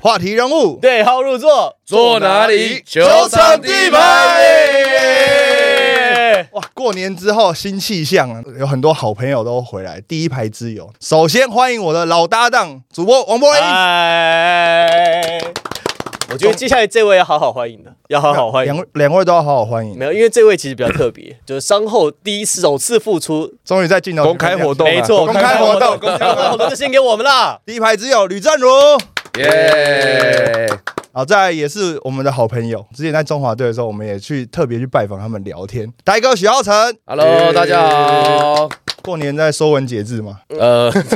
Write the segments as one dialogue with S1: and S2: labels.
S1: 话题人物
S2: 对号入座，
S3: 坐哪里？球场地牌。
S2: 耶
S1: 哇，过年之后新气象啊，有很多好朋友都回来，第一排之友。首先欢迎我的老搭档主播王柏林。
S2: 啊哎，我觉得接下来这位要好好欢迎的，要好好欢
S1: 两
S2: 迎。嗯
S1: 位两位都要好好欢迎
S2: 没。有，因为这位其实比较特别， 就是伤后第一次首次复出，
S1: 终于在镜头
S3: 公开活动啊
S2: 没错，
S1: 公开活动
S2: 公开活动就献给我们啦。
S1: 第一排之友吕正如，
S3: 耶！
S1: 好，再来也是我们的好朋友。之前在中华队的时候，我们也去特别去拜访他们聊天。呆哥许浩成，
S3: Hello，大家好。
S1: 过年在说文解字嘛，
S3: 呃， 你知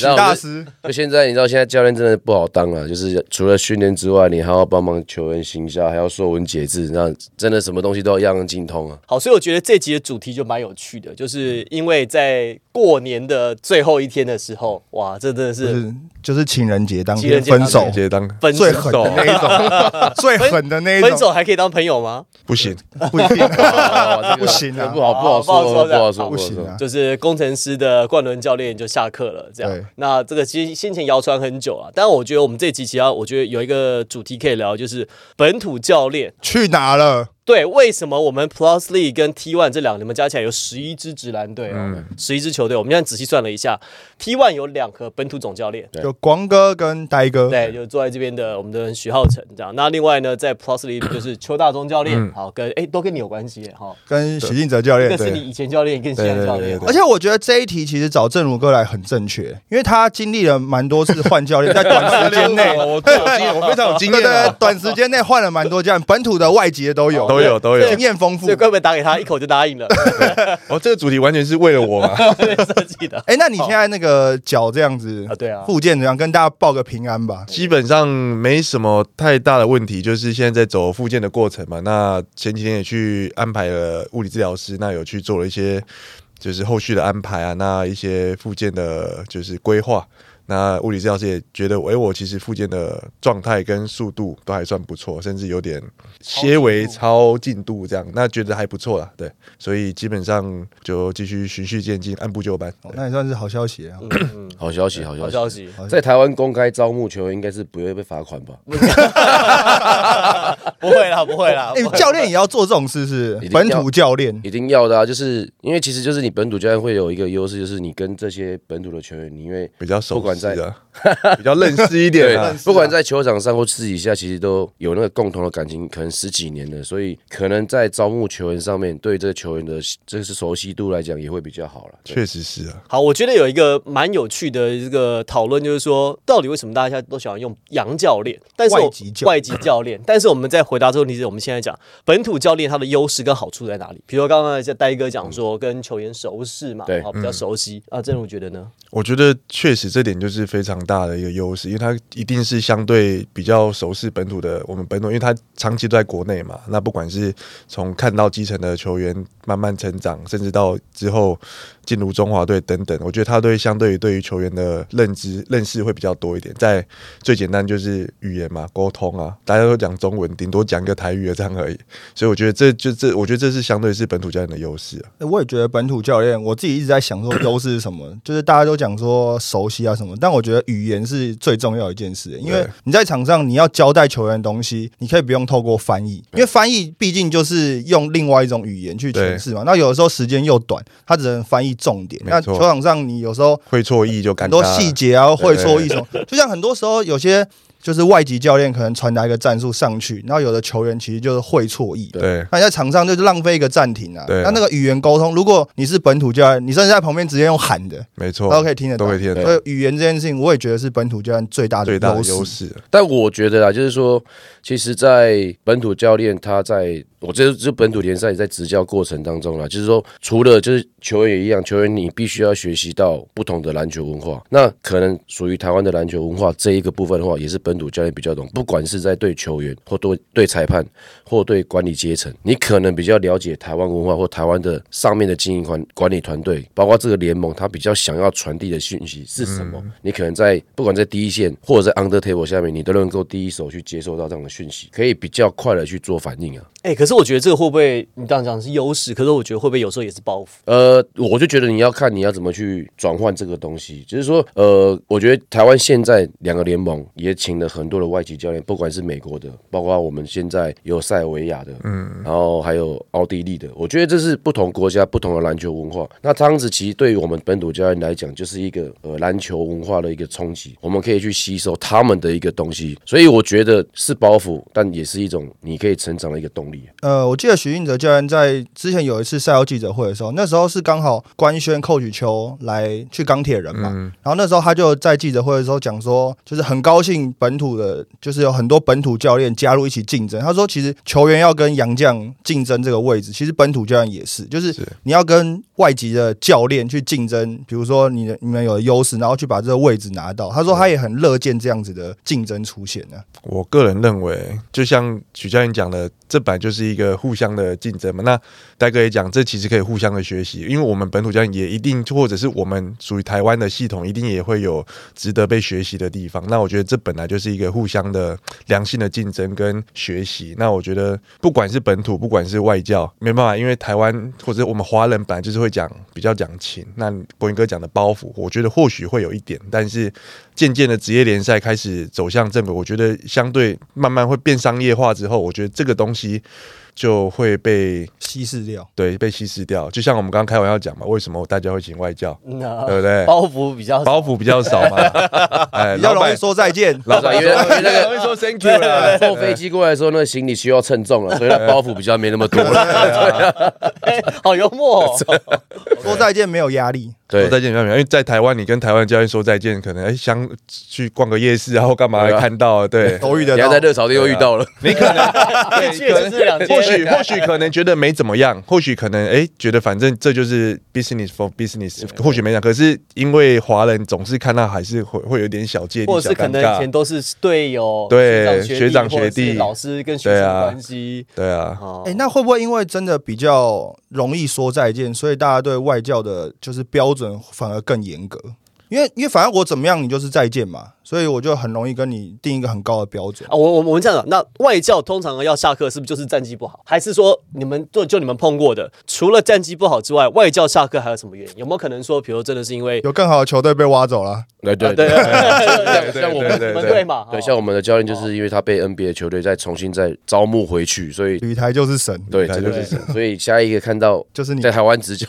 S1: 许
S3: 道
S1: 大
S3: 我是
S1: 师
S3: 就现在，你知道现在教练真的不好当啊，就是除了训练之外，你还要帮忙求人行销，还要说文解字，那真的什么东西都要样样精通啊。
S2: 好，所以我觉得这集的主题就蛮有趣的，就是因为在过年的最后一天的时候，哇，这真的
S1: 就是是就是情人节当
S2: 情人
S1: 天
S2: 节当
S1: 分
S2: 天
S1: 手，
S4: 直接当
S2: 分手
S1: 最狠的那一种， 最狠的那一种，
S2: 分手还可以当朋友吗？
S4: 不行，
S1: 不 一定，
S3: 哦
S1: 不行啊
S3: 不好不好
S2: 哦
S3: 说，
S2: 不
S3: 不
S2: 好说
S3: 好说，
S1: 不
S3: 好
S1: 行啊
S3: 说。
S2: 就是工程师的冠伦教练就下课了，这
S1: 对
S2: 样。那这个其实先前谣传很久啊了，但我觉得我们这集其实要我觉得有一个主题可以聊，就是本土教练。
S1: 去哪了？
S2: 对，为什么我们 Plus League 跟 T One 这两个你们加起来有十一支直男队哦，十一支球队。我们现在仔细算了一下，T One 有两个本土总教练，
S3: 对
S1: 就光哥跟呆哥，
S2: 对，就坐在这边的我们的徐浩成这样。那另外呢，在 Plus League 就是邱大中教练，好跟哎都跟你有关系哈，
S1: 跟许晋哲教
S2: 一
S1: 练，
S2: 个是
S1: 对
S2: 你以前教练，跟现在教
S4: 对对
S2: 练
S4: 对对。对
S1: 而且我觉得这一题其实找正如哥来很正确，因为他经历了蛮多次换教 练，在短时间内，
S4: 我我有经验，我非常有经
S1: 对对
S4: 验
S1: 对
S4: 啊，，
S1: 短时间内换了蛮多教练，本土的、外籍的都有，
S4: 都有都有
S1: 经。验丰富
S2: 所以。怪不得打给他一口就答应了，
S4: 哦，这个主题完全是为了我嘛。
S2: 设计的。
S1: 哎，那你现在那个脚这样子
S2: 啊，，对啊，
S1: 复健怎样？跟大家报个平安吧。
S4: 基本上没什么太大的问题，就是现在在走复健的过程嘛。那前几天也去安排了物理治疗师，那有去做了一些就是后续的安排啊，那一些复健的就是规划。那物理治疗师也觉得，哎、我其实复健的状态跟速度都还算不错，甚至有点些微超进度这样，那觉得还不错啦。对，所以基本上就继续循序渐进，按部就班。
S1: 哦那也算是好消息啊。
S3: 好消息，好
S2: 哎好
S3: 消
S2: 消
S3: 息。
S2: 息，
S3: 在台湾公开招募球员，应该是不会被罚款吧？
S2: 不会啦，不会 啦
S1: 哎，，教练也要做这种事是不
S3: 一
S1: 是？
S3: 定要
S1: 本土教练，
S3: 一定要的啊，就是因为其实就是你本土教练会有一个优势，就是你跟这些本土的球员，你因为
S4: 比较熟
S3: 不管
S4: 悉
S3: 在
S4: 啊， 比较认识一点 啊。
S3: 不管在球场上或私底下，其实都有那个共同的感情，可能十几年了，所以可能在招募球员上面，对这个球员的这个是熟悉度来讲，也会比较好了。对
S4: 确实是啊，
S2: 好，我觉得有一个蛮有趣的这个讨论，就是说，到底为什么大家都喜欢用洋教练，但是我
S1: 外籍教练
S2: 外籍教练，但是我们在回答这个问题之前，我们现在讲本土教练他的优势跟好处在哪里？比如说刚刚在呆哥讲说跟球员熟识嘛，
S3: 对
S2: 好比较熟悉啊，正如觉得呢？
S4: 我觉得确实这点就是非常大的一个优势，因为他一定是相对比较熟悉本土的我们本土，因为他长期都在国内嘛。那不管是从看到基层的球员慢慢成长，甚至到之后进入中华队等等，我觉得他对相对于对于球员的认知认识会比较多一点。在最简单就是语言嘛，沟通啊，大家都讲中文，顶多讲一个台语的啊这样而已。所以我觉得这就这，我觉得这是相对是本土教练的优势啊。
S1: 欸我也觉得本土教练，我自己一直在想说优势是什么，就是大家都讲说熟悉啊什么，但我觉得语言是最重要的一件事，欸因为
S4: 对
S1: 你在场上你要交代球员的东西，你可以不用透过翻译，因为翻译毕竟就是用另外一种语言去诠释嘛。那有的时候时间又短，他只能翻译重点。
S4: 没
S1: 那
S4: 错
S1: 球场上你有时候
S4: 会错意就尴尬
S1: 很多细节啊，会错
S4: 对
S1: 意什么，就像很多时候有些。就是外籍教练可能传达一个战术上去，然后有的球员其实就是会错意，
S4: 对。
S1: 那你在场上就是浪费一个暂停啊。
S4: 对啊
S1: 那那个语言沟通，如果你是本土教练，你甚至在旁边直接用喊的，
S4: 没错，
S1: 都可以听得
S4: 都
S1: 到
S4: 可以。听得
S1: 所
S4: 到
S1: 以语言这件事情，我也觉得是本土教练最大的
S4: 最大的优
S1: 啊优势。
S4: 势。
S3: 但我觉得啊，就是说，其实，在本土教练他在我这这本土联赛在执教过程当中啦，就是说，除了就是球员也一样，球员你必须要学习到不同的篮球文化。那可能属于台湾的篮球文化这一个部分的话，也是本土教练比较懂，不管是在对球员或对对裁判或对管理阶层，你可能比较了解台湾文化或台湾的上面的经营管管理团队，包括这个联盟，他比较想要传递的讯息是什么？你可能在不管在第一线或者在 under table 下面，你都能够第一手去接收到这样的讯息，可以比较快的去做反应啊。
S2: 哎，可是我觉得这个会不会你这样讲是优势，可是我觉得会不会有时候也是包袱？
S3: 呃，我就觉得你要看你要怎么去转换这个东西，就是说，呃，我觉得台湾现在两个联盟也请了很多的外籍教练，不管是美国的，包括我们现在有塞尔维亚的，嗯，然后还有奥地利的。我觉得这是不同国家不同的篮球文化。那汤子其实对于我们本土教练来讲，就是一个呃篮球文化的一个冲击，我们可以去吸收他们的一个东西。所以我觉得是包袱，但也是一种你可以成长的一个动力。啊
S1: 呃，我记得许晋哲教练在之前有一次赛后记者会的时候，那时候是刚好官宣寇许秋来去钢铁人
S4: 嗯
S1: 嘛，然后那时候他就在记者会的时候讲说，就是很高兴本土的，就是有很多本土教练加入一起竞争。他说，其实球员要跟洋将竞争这个位置，其实本土教练也是，就是
S4: 是
S1: 你要跟外籍的教练去竞争，比如说你的你们有优势，然后去把这个位置拿到。他说他也很乐见这样子的竞争出现啊呢、
S4: 我个人认为，就像许教练讲的，这本来就是一个互相的竞争嘛。那戴哥也讲，这其实可以互相的学习，因为我们本土教练也一定，或者是我们属于台湾的系统，一定也会有值得被学习的地方。那我觉得这本来就是一个互相的良性的竞争跟学习。那我觉得，不管是本土，不管是外教，没办法，因为台湾或者我们华人本来就是会讲比较讲情。那国云哥讲的包袱，我觉得或许会有一点，但是渐渐的职业联赛开始走向正轨，我觉得相对慢慢会变商业化之后，我觉得这个东西就会被
S1: 稀释掉。
S4: 对被稀释掉。就像我们刚刚开玩笑讲嘛，为什么大家会请外教，
S2: 那
S4: 对不对？
S2: 包袱比较
S4: 包袱比较 少嘛，哎，
S1: 比较
S4: 老
S1: 容易
S4: 板
S1: 说再见。
S3: 老 板因为因为那
S4: 容易
S3: 个
S4: 说 thank you 啦。
S3: 坐飞机过来的时候，那个行李需要称重了，所以它包袱比较没那么多了。
S2: 哎 好幽默哦，
S1: 说再见没有压力，
S4: 说
S3: 对，
S4: 再见比较远，因为在台湾，你跟台湾教练说再见，可能哎相去逛个夜市啊，然后干嘛
S3: 对啊
S4: 看到，对，
S1: 都遇得
S3: 等一下
S1: 到
S3: 在。热潮店又遇到了。
S4: 你可能
S2: 一去就是两 天
S4: 或许或许可能觉得没怎么样， 或许可能哎、觉得反正这就是 business for business，或许没讲。可是因为华人总是看到还是会会有点小芥
S2: 或
S4: 蒂、
S2: 者
S4: 小
S2: 是可
S4: 尴
S2: 能以前
S4: 尬。
S2: 都是队友、
S4: 对
S2: 学长
S4: 学长
S2: 或者是
S4: 学弟
S2: 老师跟学
S4: 对
S2: 生
S4: 啊
S2: 关系。
S4: 对啊，
S2: 哦
S1: 哎、那会不会因为真的比较容易说再见，所以大家对外教的就是标准反而更严格？因为因为反正我怎么样，你就是再见嘛，所以我就很容易跟你定一个很高的标准。
S2: 啊，我我我们这样讲，那外教通常要下课，是不是就是战绩不好？还是说你们就就你们碰过的，除了战绩不好之外，外教下课还有什么原因？有没有可能说，比如真的是因为
S1: 有更好的球队被挖走了，
S3: 对对
S2: 啊对
S3: 像像我
S4: 对
S3: 们
S4: 对
S2: 你们队嘛？
S3: 对，
S2: 哦
S3: 像我们的教练就是因为他被 NBA 球队再重新再招募回去，所以
S1: 旅台就是神，
S3: 对，
S4: 对
S3: 这就是
S4: 对
S3: 所以下一个看到
S1: 就是你
S3: 在台湾执教，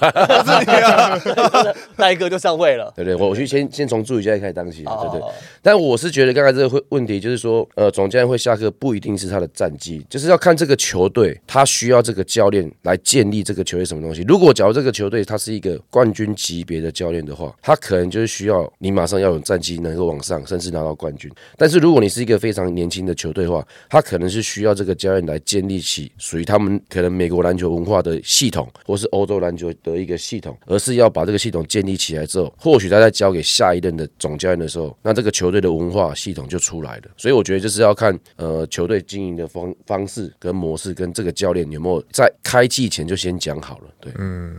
S2: 戴哥就上位了。
S3: 对对，我我去先先从助理教练开始当起，
S2: 哦
S3: 对对。但我是觉得刚才这个会问题就是说，呃，总教练会下课不一定是他的战绩，就是要看这个球队他需要这个教练来建立这个球队什么东西。如果假如这个球队他是一个冠军级别的教练的话，他可能就是需要你马上要有战绩能够往上，甚至拿到冠军。但是如果你是一个非常年轻的球队的话，他可能是需要这个教练来建立起属于他们可能美国篮球文化的系统，或是欧洲篮球的一个系统，而是要把这个系统建立起来之后，或许他在交给下一任的总教练的时候，那这个球队的文化系统就出来了。所以我觉得就是要看呃球队经营的方方式跟模式，跟这个教练有没有在开季前就先讲好了。对，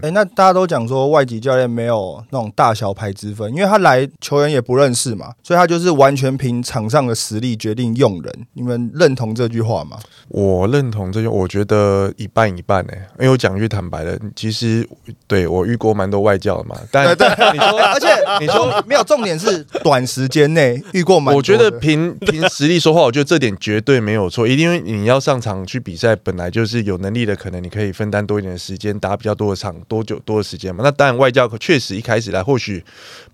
S1: 哎、那大家都讲说外籍教练没有那种大小牌之分，因为他来球员也不认识嘛，所以他就是完全凭场上的实力决定用人。你们认同这句话吗？
S4: 我认同这些，我觉得一半一半呢、因为我讲句坦白的，其实对我遇过蛮多外教的嘛，哎 但
S1: 对对，你说，而且你说没有重点是短时间内遇过蛮多的，
S4: 我觉得凭凭实力说话，我觉得这点绝对没有错。一定因为你要上场去比赛，本来就是有能力的，可能你可以分担多一点的时间，打比较多的场，多久多的时间嘛。那当然，外教确实一开始来或许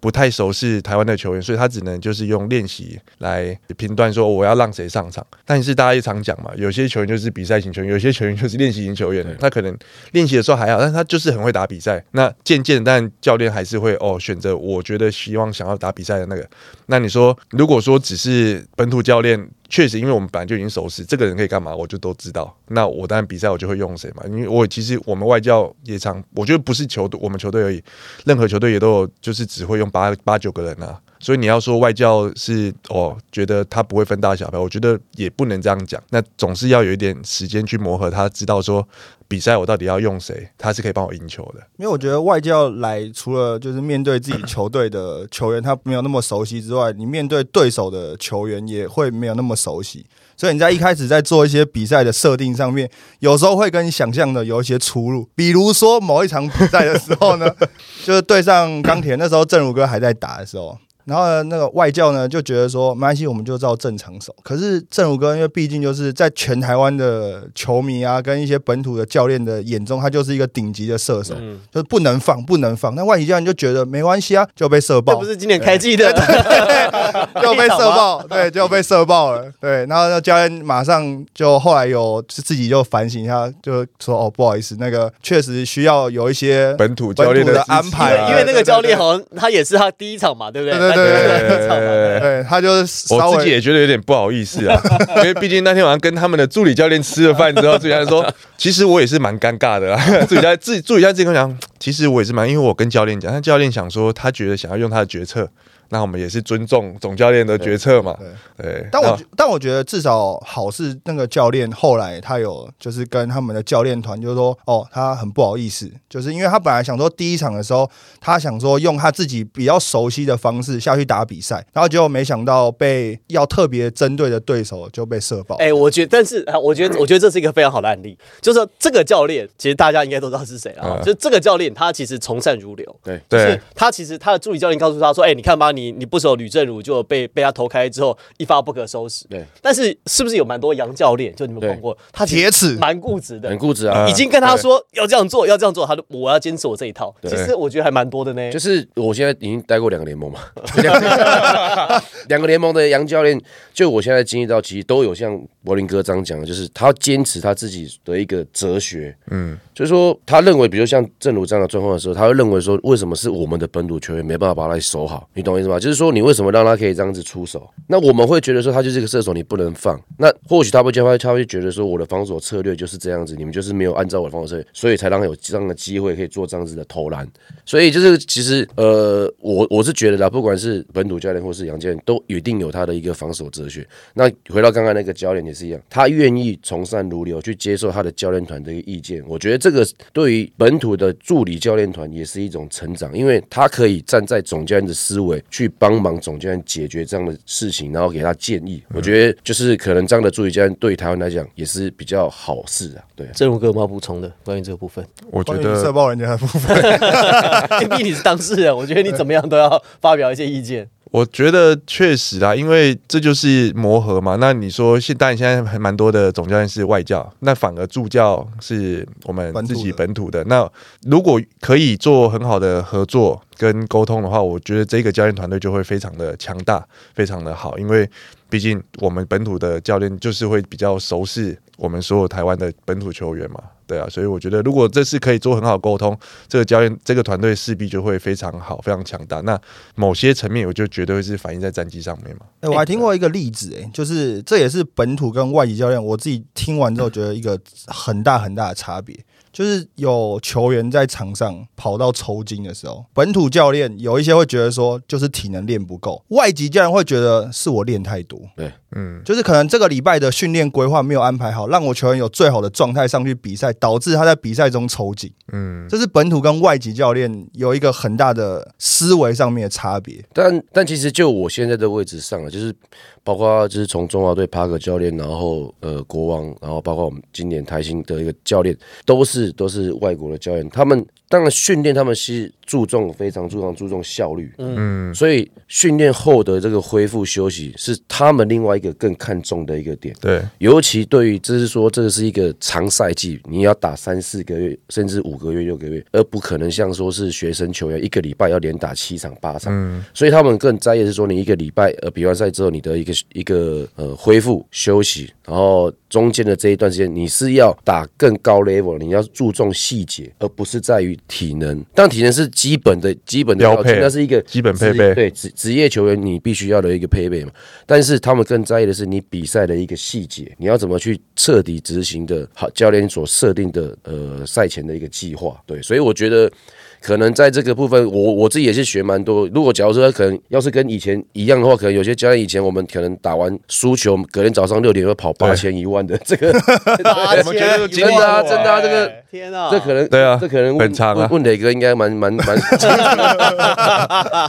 S4: 不太熟悉台湾的球员，所以他只能就是用练习来评断说哦我要让谁上场。但是大家也常讲嘛，有些球员就是比赛型球员，有些球员就是练习型球员。他可能练习的时候还好，但是他就是很会打比赛。那渐渐，但教练还是会哦选择我觉得希望想要打比赛的那个。那你说，如果说只是本土教练，确实，因为我们本来就已经熟识，这个人可以干嘛，我就都知道。那我当然比赛我就会用谁嘛，因为我其实我们外教也常，我觉得不是球队，我们球队而已，任何球队也都有，就是只会用八八九个人啊。所以你要说外教是哦，觉得他不会分大小牌，我觉得也不能这样讲。那总是要有一点时间去磨合，他知道说比赛我到底要用谁，他是可以帮我赢球的。
S1: 因为我觉得外教来，除了就是面对自己球队的球员，他没有那么熟悉之外，你面对对手的球员也会没有那么熟悉，所以你在一开始在做一些比赛的设定上面，有时候会跟你想象的有一些出入。比如说某一场比赛的时候呢，就是对上钢铁，那时候正如哥还在打的时候。然后呢，那个外教呢就觉得说，没关系，我们就照正常守。可是正如哥，因为毕竟就是在全台湾的球迷啊，跟一些本土的教练的眼中，他就是一个顶级的射手，就是不能放，不能放。那万一这样，你就觉得没关系啊，就被射
S2: 这
S1: 爆
S2: 不，是今年开季的，
S1: 就被射爆，对，就被射爆了。对，然后那教练马上就后来有自己就反省一下，就说哦，不好意思，那个确实需要有一些
S4: 本土教练
S1: 本土的
S4: 支持啊
S1: 安排啊
S2: 因为那个教练好像他也是他第一场嘛，对不对？
S1: 对对
S2: 他
S1: 对
S2: 第一场嘛
S4: 对
S1: 对，他就是稍
S4: 我
S1: 微
S4: 自己也觉得有点不好意思啊， 因为毕竟那天晚上跟他们的助理教练吃了饭之后，助理教练说， 其实我也是蛮尴尬的啦。助理教 自己助理教练自己跟我讲，其实我也是蛮，因为我跟教练讲，但教练想说他觉得想要用他的决策，那我们也是尊重总教练的决策嘛。对，
S1: 但
S4: 那
S1: 我觉但我觉得至少好是那个教练后来他有就是跟他们的教练团就是说哦他很不好意思，就是因为他本来想说第一场的时候他想说用他自己比较熟悉的方式下去打比赛，然后结果没想到被要特别针对的对手就被射爆。
S2: 哎、我觉得，但是啊，我觉得，我觉得这是一个非常好的案例，就是说这个教练，其实大家应该都知道是谁了、啊
S4: 嗯
S2: 就这个教练，他其实从善如流，
S3: 对
S2: 就是
S4: 对
S2: 他其实他的助理教练告诉他说：“哎、你看吧，你你不守吕正儒就被被他投开之后一发不可收拾。”
S3: 对，
S2: 但是是不是有蛮多洋教练，就你们
S3: 对
S2: 碰过，他其实
S1: 铁齿
S2: 蛮固执的
S3: 很，固执啊
S2: 已。经跟他说要这样做，要这样做，他都我要坚持我这一套。
S3: 对
S2: 其实我觉得还蛮多的呢，
S3: 就是我现在已经待过两个联盟嘛，两个两个联盟的杨教练，就我现在经历到，其实都有像柏林哥这样讲的，就是他坚持他自己的一个哲学，嗯，就是说他认为，比如像正如这样的状况的时候，他会认为说，为什么是我们的本土球员没办法把他守好？你懂我意思吗？就是说你为什么让他可以这样子出手？那我们会觉得说他就是个射手，你不能放。那或许他会他会他会觉得说我的防守策略就是这样子，你们就是没有按照我的防守策略，所以才让他有这样的机会可以做这样子的投篮。所以就是其实呃，我我是觉得啦，不管是本土教练或是洋教练，都一定有他的一个防守哲学。那回到刚刚那个教练也是一样，他愿意从善如流，去接受他的教练团的一个意见。我觉得这个对于本土的助理教练团也是一种成长，因为他可以站在总教练的思维去帮忙总教练解决这样的事情，然后给他建议。我觉得就是可能这样的助理教练对于台湾来讲也是比较好事啊。对啊，
S2: 正如哥有没有补充的关于这个部分？
S4: 我觉
S1: 关于射
S4: 得
S1: 爆人家的部分，
S2: 毕竟你是当事人，我觉得你怎么样都要发表一些意见。
S4: 我觉得确实啦，因为这就是磨合嘛。那你说现，当然现在还蛮多的总教练是外教，那反而助教是我们
S1: 本土
S4: 自己
S1: 的
S4: 本土的。那如果可以做很好的合作跟沟通的话，我觉得这个教练团队就会非常的强大，非常的好，因为毕竟我们本土的教练就是会比较熟悉我们所有台湾的本土球员嘛。对啊，所以我觉得如果这次可以做很好沟通，这个教练这个团队势必就会非常好，非常强大。那某些层面，我就绝对会是反映在战绩上面嘛。
S1: 哎我还听过一个例子、哎，就是这也是本土跟外籍教练，我自己听完之后觉得一个很大很大的差别，就是有球员在场上跑到抽筋的时候，本土教练有一些会觉得说就是体能练不够，外籍教练会觉得是我练太多，
S3: 对，
S1: 嗯，就是可能这个礼拜的训练规划没有安排好，让我球员有最好的状态上去比赛，导致他在比赛中抽筋，嗯，这是本土跟外籍教练有一个很大的思维上面的差别，
S3: 但但其实就我现在的位置上了，就是包括就是从中华队帕克教练，然后呃国王，然后包括我们今年台新的一个教练，都是都是外国的教练。他们当然训练，他们是注重非常注重注重效率，嗯，所以训练后的这个恢复休息是他们另外一个更看重的一个点。
S4: 对，
S3: 尤其对于，就是说，这个是一个长赛季，你要打三四个月，甚至五个月、六个月，而不可能像说是学生球员一个礼拜要连打七场、八场。
S4: 嗯
S3: 所以他们更在意的是说，你一个礼拜呃比完赛之后，你的一个一个呃恢复休息，然后中间的这一段时间，你是要打更高 level，你要注重细节，而不是在于体能。但体能是基本的基本的
S4: 标
S3: 要求
S4: 配
S3: 那是一个
S4: 基本
S3: 职
S4: 配备
S3: 对职职业球员你必须要的一个配备嘛。但是他们更在意的是你比赛的一个细节，你要怎么去彻底执行的好教练所设定的呃赛前的一个计划。对，所以我觉得可能在这个部分，我我自己也是学蛮多。如果假如说可能要是跟以前一样的话，可能有些教练以前我们可能打完输球，隔天早上六点会跑八千一万的这个。
S2: 我
S4: 们觉得
S3: 真的啊真的啊这个
S2: 天啊，
S3: 这可能
S4: 对啊
S3: 这可能问
S4: 很长啊
S3: 问问磊哥应该蛮蛮蛮，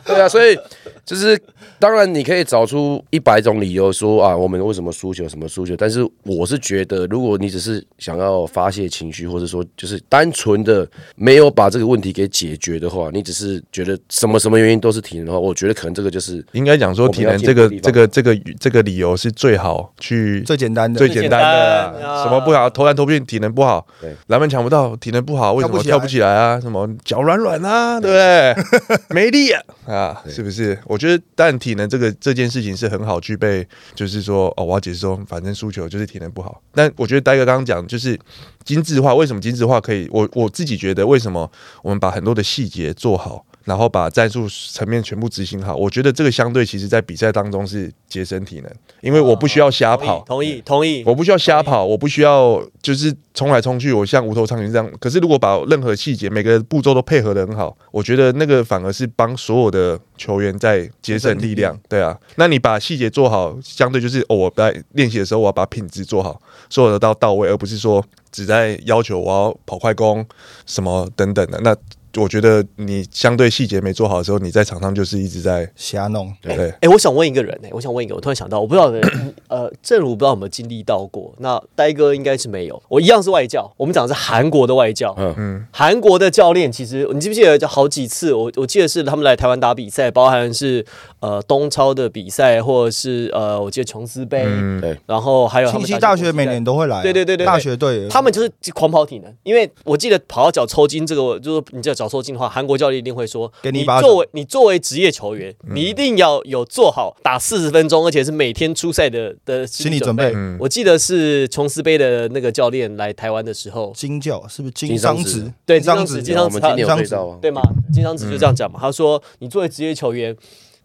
S3: 对啊，所以就是当然，你可以找出一百种理由说啊，我们为什么输球，什么输球。但是我是觉得，如果你只是想要发泄情绪，或者说就是单纯的没有把这个问题给解决的话，你只是觉得什么什么原因都是体能的话，我觉得可能这个就是
S4: 应该讲说体能这
S3: 我
S4: 个
S3: 们要进步的地
S4: 这个这个这个理由是最好去
S1: 最简单的，
S4: 最简单的
S2: 最简单
S4: 啦，
S2: 啊
S4: 什么不好，投篮投不进，体能不好
S3: 对，
S4: 篮板抢不到，体能不好，为什么跳
S1: 跳
S4: 不
S1: 不
S4: 起
S1: 起
S4: 来啊？什么脚软软啊，对不 对？没力啊，啊，是不是？我觉得，但体能这个这件事情是很好具备，就是说，哦，我要解释说，反正输球就是体能不好。但我觉得呆哥刚刚讲就是精致化，为什么精致化可以？我我自己觉得，为什么我们把很多的细节做好？然后把战术层面全部执行好，我觉得这个相对其实在比赛当中是节省体能，因为我不需要瞎跑，
S2: 同意同意，
S4: 我不需要瞎跑，我不需要就是冲来冲去，我像无头苍蝇这样。可是如果把任何细节、每个步骤都配合的很好，我觉得那个反而是帮所有的球员在节省力量。对啊，那你把细节做好，相对就是哦，我在练习的时候，我要把品质做好，所有的到到位，而不是说只在要求我要跑快攻什么等等的。那我觉得你相对细节没做好的时候，你在场上就是一直在
S1: 瞎弄。
S4: 对不对？
S2: 哎、我想问一个人哎、我想问一个，我突然想到，我不知道的人，嗯呃，正如不知道有没有经历到过，那呆哥应该是没有。我一样是外教，我们讲的是韩国的外教，
S3: 嗯
S2: 嗯，韩国的教练其实你记不记得好几次，我我记得是他们来台湾打比赛，包含是呃东超的比赛，或者是呃我记得琼斯杯，
S3: 对
S2: 然后还有他
S1: 庆
S2: 们
S1: 熙
S2: 打
S1: 大
S2: 进
S1: 学
S2: 国际
S1: 每
S2: 赛
S1: 年都会来啊，
S2: 对对对对对
S1: 大学队也
S2: 他们就是狂跑体能，因为我记得跑到脚抽筋这个，就是你叫脚抽筋的话，韩国教练一定会说，
S1: 给你一巴掌嗯
S2: 作为你作为职业球员，你一定要有做好打四十分钟，而且是每天出赛的的
S1: 心
S2: 心
S1: 理
S2: 理
S1: 准
S2: 准备。
S1: 备，
S4: 嗯
S2: 我记得是琼斯杯的那个教练来台湾的时候，
S1: 金教是不是金哦
S3: 金章
S1: 章
S3: 子
S1: 子？
S2: 对
S1: 章
S2: 金章子
S1: 子
S2: 金章
S3: 我们今年有对到啊，
S2: 对吗？
S1: 嗯
S2: 金章子就这样讲嘛，他说你作为职业球员。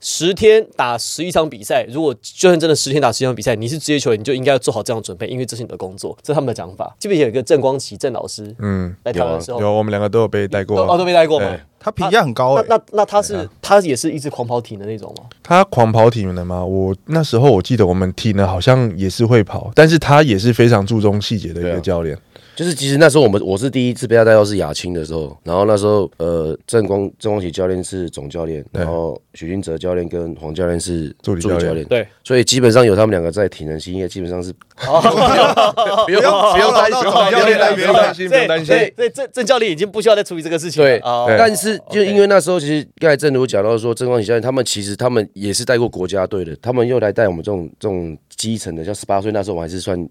S2: 十天打十一场比赛，如果就算真的十天打十一场比赛，你是职业球员，你就应该要做好这样的准备，因为这是你的工作，这是他们的讲法。记不记得有一个郑光琪郑老师
S4: 嗯，
S2: 来台湾的时候，
S4: 有我们两个都有被带过
S2: 都
S4: 啊，
S2: 哦都没带过嘛
S4: 对？啊
S1: 他评价很高欸
S2: 那
S1: 诶，
S2: 那那他是他也是一直狂跑体的那种吗？
S4: 他狂跑体能吗？我那时候我记得我们体能好像也是会跑，但是他也是非常注重细节的一
S3: 对
S4: 个
S3: 啊
S4: 教练。
S3: 就是其实那时候我们我是第一次被他带到是亚青的时候，然后那时候呃郑光郑光启教练是总教练，然后许金哲教练跟黄教练是
S4: 助理教练
S2: 对，
S3: 所以基本上有他们两个在体能新业基本上是不用
S2: 哦
S3: 不用担心，
S1: 不用
S4: 哦
S1: 不用教练来
S4: 不用担心，不用
S2: 对
S4: 担心。
S2: 对，郑郑教练已经不需要再处理这个事情了
S3: 对
S2: 哦
S4: 对
S3: 啊但是就
S2: OK
S3: 因为那时候，其实刚才正如讲到说，郑光启教练他们其实他们也是带过国家队的，他们又来带我们这种这种基层的，像十八岁那时候我们还是算呃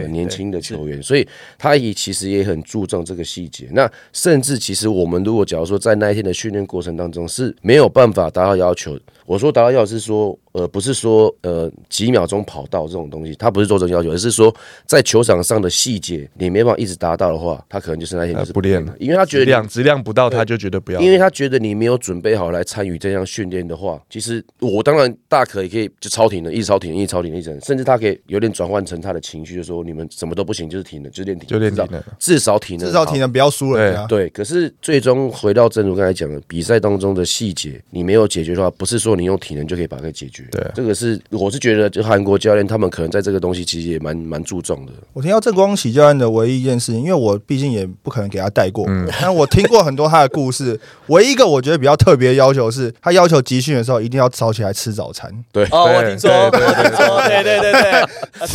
S2: 对
S3: 年轻的球员，所以他也其实也很注重这个细节。那甚至其实我们如果假如说在那一天的训练过程当中是没有办法达到要求，我说达到要求是说呃不是说呃几秒钟跑到这种东西，他不是做这种要求，而是说在球场上的细节你没办法一直达到的话，他可能就是那一天就是
S4: 呃不练了
S3: 因为他觉
S4: 质
S3: 得你
S4: 量质量不到，他就觉得不要。
S3: 因为他觉得你没有准备好来参与这项训练的话，其实我当然大可也可以就超体能，一直超体能，一直超体能，一直甚至他可以有点转换成他的情绪，就说你们什么都不行，就是体能，就练体能，
S4: 就练体能
S3: 至少至少体能，
S1: 至少体。能不要输人家。
S3: 对，可是最终回到正如刚才讲的，比赛当中的细节你没有解决的话，不是说你用体能就可以把它给解决。
S4: 对
S3: 这个是我是觉得，就韩国教练他们可能在这个东西其实也蛮蛮注重的。
S1: 我听到郑光喜教练的唯一一件事情，因为我毕竟也不可能给他带过，但我听过很多他的故事。唯一一个我觉得比较特别的要求是，他要求集训的时候一定要早起来吃早餐，
S2: 哦，
S4: 对
S2: 我听说，我
S4: 对对对
S2: 听说，对对对对，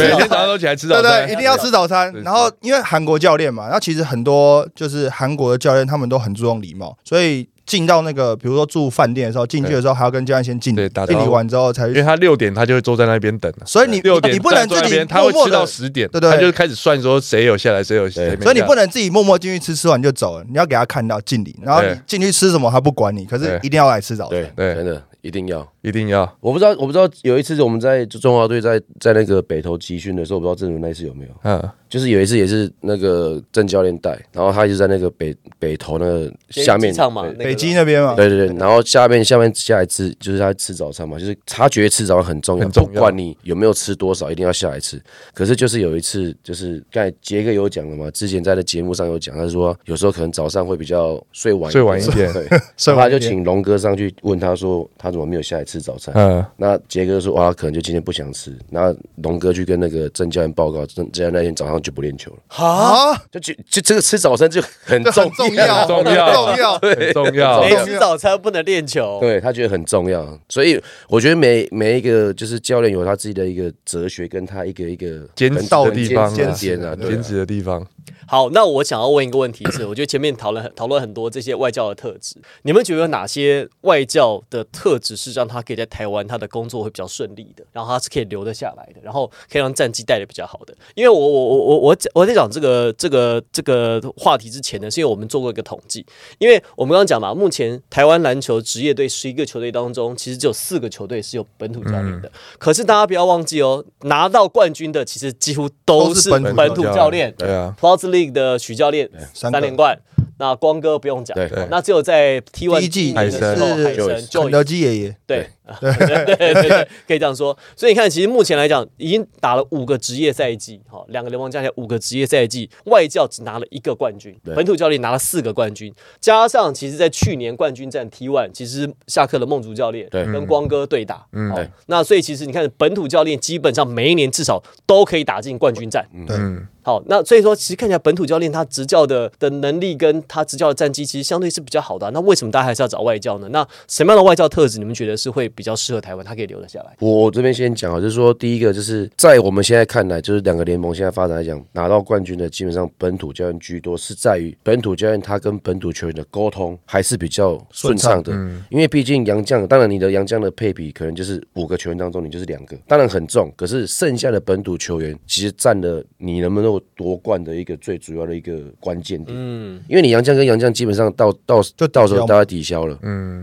S4: 每天早上都起来吃早
S1: 对
S4: 餐，
S1: 对，一定要吃早餐。然后因为韩国教练嘛，那其实很多就是韩国的教练他们都很注重礼貌，所以。进到那个，比如说住饭店的时候，进去的时候还要跟教练先敬
S4: 对
S1: 礼，
S4: 打招
S1: 敬
S4: 呼
S1: 礼完之后才
S4: 因为
S1: 去。
S4: 他六点他就会坐在那边等了。
S1: 所以你
S4: 六点
S1: 你不能自
S4: 站在那
S1: 己
S4: 边他会
S1: 默默
S4: 吃到
S1: 的
S4: 十点，
S1: 对对
S4: 他就开始算说谁有下来，谁有谁
S3: 对
S4: 没下来。
S1: 所以你不能自己默默进去吃，吃完就走了，你要给他看到敬礼，然后你
S4: 对
S1: 进去吃什么他不管你，可是
S4: 对
S1: 一定要来吃早餐。
S3: 对，
S4: 对
S3: 真的一定要。
S4: 一定要
S3: 我不知道，我不知道有一次我们在中华队在在那个北投集训的时候，我不知道郑如那一次有没有。
S4: 嗯，
S3: 就是有一次也是那个郑教练带，然后他一直在那个北北投那个下面
S2: 机场嘛，那个啊
S1: 北基那边嘛，
S3: 对对对，然后下面下面下来吃，就是他吃早餐嘛，就是他觉得吃早餐很重要，
S4: 很重要
S3: 不管你有没有吃多少，一定要下来吃。可是就是有一次，就是刚才杰哥有讲了嘛，之前在的节目上有讲，他说有时候可能早上会比较睡晚，
S4: 睡晚一点
S3: 对，
S1: 所以
S3: 他
S1: 我
S3: 就
S1: 今天
S3: 请龙哥上去问他说他怎么没有下来吃吃早餐。
S4: 嗯，
S3: 那杰哥说啊哇，可能就今天不想吃。那龙哥去跟那个郑教练报告，郑郑教练那天早上就不练球了，
S1: 啊，
S3: 就就就这个吃早餐就很
S1: 这很
S3: 重
S1: 重要，
S4: 重
S1: 很
S4: 要
S1: 重要。
S4: 很重要
S1: 没
S2: 没吃早餐不能练球。
S3: 对他觉得很重要，所以我觉得每每一个就是教练有他自己的一个哲学，跟他一个一个
S4: 坚
S3: 很
S4: 持的地方啊，
S3: 坚持的点啊，对啊
S4: 坚持的地方，
S2: 好，那我想要问一个问题是，我 觉得前面讨论讨论很多这些外教的特质，你们觉得有哪些外教的特质是让他可以在台湾他的工作会比较顺利的，然后他是可以留得下来的，然后可以让战绩带的比较好的？因为我我我我我我在讲这个这个这个话题之前呢，是因为我们做过一个统计，因为我们刚刚讲嘛，目前台湾篮球职业队十一个球队当中，其实只有四个球队是有本土教练的，可是大家不要忘记哦，拿到冠军的其实几乎都
S1: 都是
S2: 是
S1: 本土
S2: 本土教练。
S4: 对啊，
S2: Plus League 的许教练
S1: 三
S2: 三
S1: 个
S2: 连冠，那光哥不用讲
S3: 对，
S2: 那只有在 T 1
S1: 第一季
S2: 的时候，
S1: 海
S2: 海
S1: 神
S2: 神
S1: 肯
S2: Joyce
S1: 德基爷爷，
S2: 对对对对对，可以这样说。所以你看，其实目前来讲，已经打了五个职业赛季，哈，两个联盟加起来五个职业赛季，外教只拿了一个冠军，本土教练拿了四个冠军，加上其实在去年冠军战 T One，其实下课的梦竹教练
S3: 对
S2: 跟光哥对打，
S4: 嗯
S2: 嗯
S3: 对，
S2: 那所以其实你看，本土教练基本上每一年至少都可以打进冠军战，
S4: 嗯，
S2: 好，那所以说，其实看起来本土教练他执教的的能力跟他执教的战绩，其实相对是比较好的啊、那为什么大家还是要找外教呢？那什么样的外教特质，你们觉得是会比较适合台湾，他可以留得下来？
S3: 我我这边先讲啊，就是说，第一个就是在我们现在看来，就是两个联盟现在发展来讲，拿到冠军的基本上本土教练居多，是在于本土教练他跟本土球员的沟通还是比较顺畅的，因为毕竟洋将，当然你的洋将的配比可能就是五个球员当中你就是两个，当然很重，可是剩下的本土球员其实占了你能不能够夺冠的一个最主要的一个关键点，嗯，因为你洋将跟洋将基本上到到
S1: 就
S3: 到时
S1: 抵消
S3: 候大家抵消了，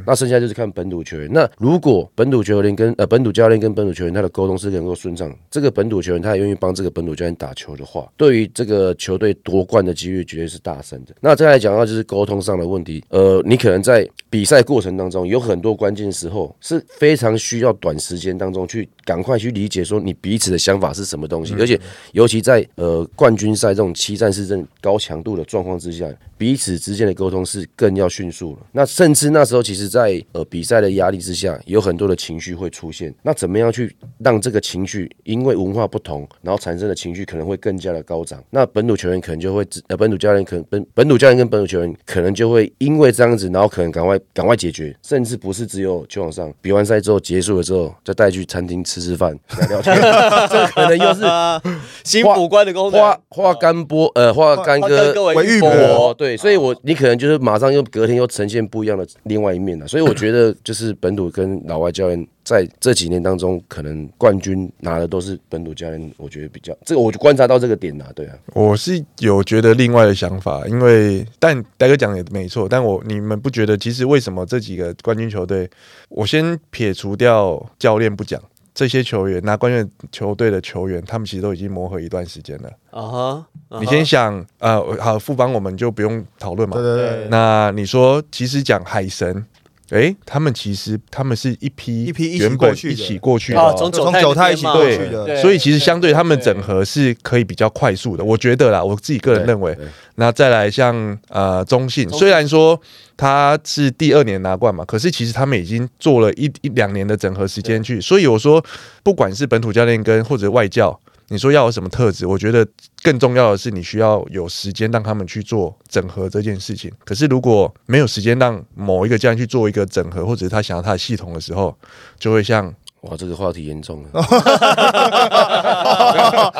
S3: 那剩下就是看本土球员。那如果本土球员跟呃本土教练跟本土球员他的沟通是能够顺畅，这个本土球员他也愿意帮这个本土教练打球的话，对于这个球队夺冠的几率绝对是大升的。那再来讲到就是沟通上的问题，呃，你可能在比赛过程当中有很多关键时候是非常需要短时间当中去赶快去理解说你彼此的想法是什么东西，而且尤其在呃冠军赛这种七战四胜高强度的状况之下，彼此之间的沟通是更要迅速了。那甚至那时候，其实在呃比赛的压力之下，有很多的情绪会出现。那怎么样去让这个情绪，因为文化不同，然后产生的情绪可能会更加的高涨？那本土球员可能就会知呃本土教练可能本本土教练跟本土球员可能就会因为这样子，然后可能赶快赶快解决，甚至不是只有球场上比完赛之后结束了之后，再带去餐厅吃吃饭聊聊天，这可能又是
S2: 啊，新辅官的功能，
S3: 化化干波呃化干
S2: 花
S3: 戈
S2: 干戈
S1: 为
S2: 为
S1: 玉
S2: 玉
S1: 帛
S2: 帛，
S3: 哦，对，所以我你可能就是马上又隔天又呈现不一样的另外一面了。所以我觉得就是本土跟老外教练在这几年当中，可能冠军拿的都是本土教练，我觉得比较这个我就观察到这个点啦，对啊，
S4: 我是有觉得另外的想法，因为但呆哥讲得也没错，但我你们不觉得其实为什么这几个冠军球队，我先撇除掉教练不讲，这些球员拿冠军球队的球员，他们其实都已经磨合一段时间了。
S2: 啊哈，啊哈
S4: 你先想，呃，好，富邦我们就不用讨论嘛
S1: 对。对对，
S2: 对
S4: 那你说，其实讲海神，诶，他们其实他们是一批
S1: 一批一起
S4: 原
S1: 过
S4: 本
S1: 去
S4: 一
S1: 的
S4: 起过去的
S2: 啊，
S4: 哦，
S2: 从
S1: 从
S2: 泰
S1: 九泰
S2: 那边
S1: 一起
S2: 嘛
S1: 过
S4: 对
S1: 去的
S4: 所以其实相对他们整合是可以比较快速的，我觉得啦，我自己个人认为
S3: 对对。
S4: 那再来像呃中信，
S2: 中信
S4: 虽然说他是第二年拿冠嘛，可是其实他们已经做了一一两年的整合时间去，所以我说不管是本土教练跟或者外教。你说要有什么特质？我觉得更重要的是，你需要有时间让他们去做整合这件事情。可是如果没有时间让某一个教练去做一个整合，或者是他想要他的系统的时候，就会像
S3: 哇，这个话题严重了，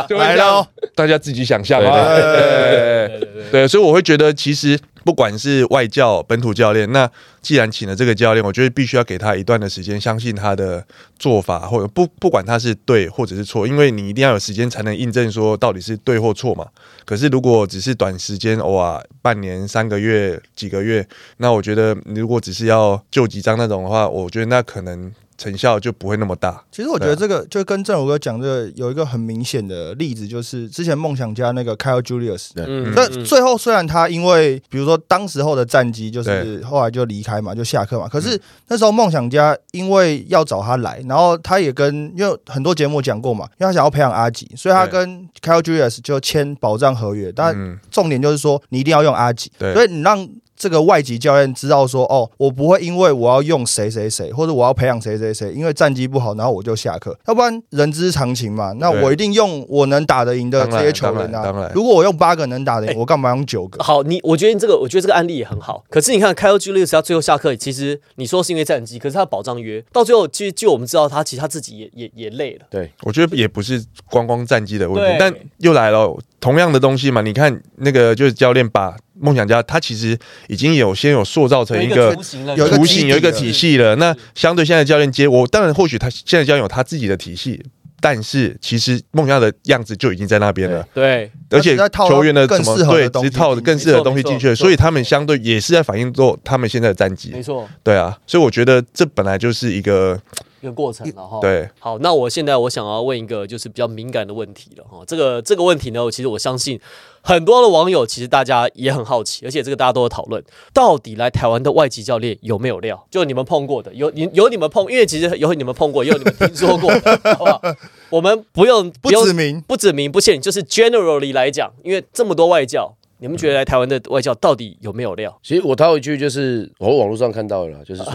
S4: 就会
S1: 来
S4: 像
S1: 喽，
S4: 大家自己想象
S3: 对
S4: 啊。
S1: 对对
S4: 对对对对，所以我会觉得，其实不管是外教、本土教练，那既然请了这个教练，我觉得必须要给他一段的时间，相信他的做法，或者不不管他是对或者是错，因为你一定要有时间才能印证说到底是对或错嘛。可是如果只是短时间，哇，半年、三个月、几个月，那我觉得如果只是要救几张那种的话，我觉得那可能成效就不会那么大。
S1: 其实我觉得
S2: 啊
S1: 这个就跟正如哥讲这个有一个很明显的例子，就是之前梦想家那个 Kyle Julius，
S2: 嗯
S1: 那
S2: 嗯
S1: 最后虽然他因为比如说当时候的战绩，就是后来就离开嘛，就下课嘛。可
S2: 嗯
S1: 是那时候梦想家因为要找他来，然后他也跟因为很多节目讲过嘛，因为他想要培养阿吉，所以他
S4: 对
S1: 跟 Kyle Julius 就签保障合约。但
S4: 嗯，
S1: 重点就是说你一定要用阿吉，
S4: 对
S1: 所以你让这个外籍教练知道说，哦，我不会因为我要用谁谁谁，或者我要培养谁谁谁，因为战绩不好，然后我就下课，要不然人之常情嘛。那
S4: 对
S1: 我一定用我能打得赢的这些球员
S4: 当然当
S1: 啊
S4: 然。
S1: 如果我用八个能打得
S2: 哎
S1: 赢，我干嘛用九个？
S2: 好，你我觉得你这个，我觉得这个案例也很好。可是你看 k y l e Julius 他最后下课，其实你说是因为战绩，可是他保障约到最后，其实就我们知道他其实他自己也也也累了。
S3: 对，
S4: 我觉得也不是光光战绩的问
S2: 对
S4: 题，但又来了同样的东西嘛。你看那个就是教练把梦想家，他其实已经有先有塑造成一个
S2: 雏形了
S1: 有一个
S4: 图
S1: 基
S4: 形
S1: 地
S4: 有一个
S1: 了
S4: 体系了。那相对现在教练接我，当然或许他现在教练有他自己的体系，但是其实梦想的样子就已经在那边了，
S2: 对，
S1: 他
S4: 而且
S1: 只是在套到
S4: 球员的
S1: 更
S4: 什么
S1: 适合的
S4: 对，
S1: 东
S4: 只
S1: 西
S4: 是套的更适合的东西进
S2: 没错
S4: 去
S2: 没
S4: 了，
S2: 错
S4: 所以他们相对也是在反映做他们现在的战绩
S2: 没。错，
S4: 对啊，所以我觉得这本来就是一个
S2: 一个过程了哈。。
S4: 对。
S2: 好，那我现在我想要问一个就是比较敏感的问题了哈。这个这个问题呢，其实我相信很多的网友其实大家也很好奇，而且这个大家都有讨论，到底来台湾的外籍教练有没有料？就你们碰过的，有你有你们碰，因为其实有你们碰过，也有你们听说过，好不好？我们不用
S1: 不
S2: 用
S1: 指名
S2: 不指名不限，就是 generally 来讲，因为这么多外教，你们觉得来台湾的外教到底有没有料？
S3: 其实我套一句就是我网络上看到的啦，就是 说，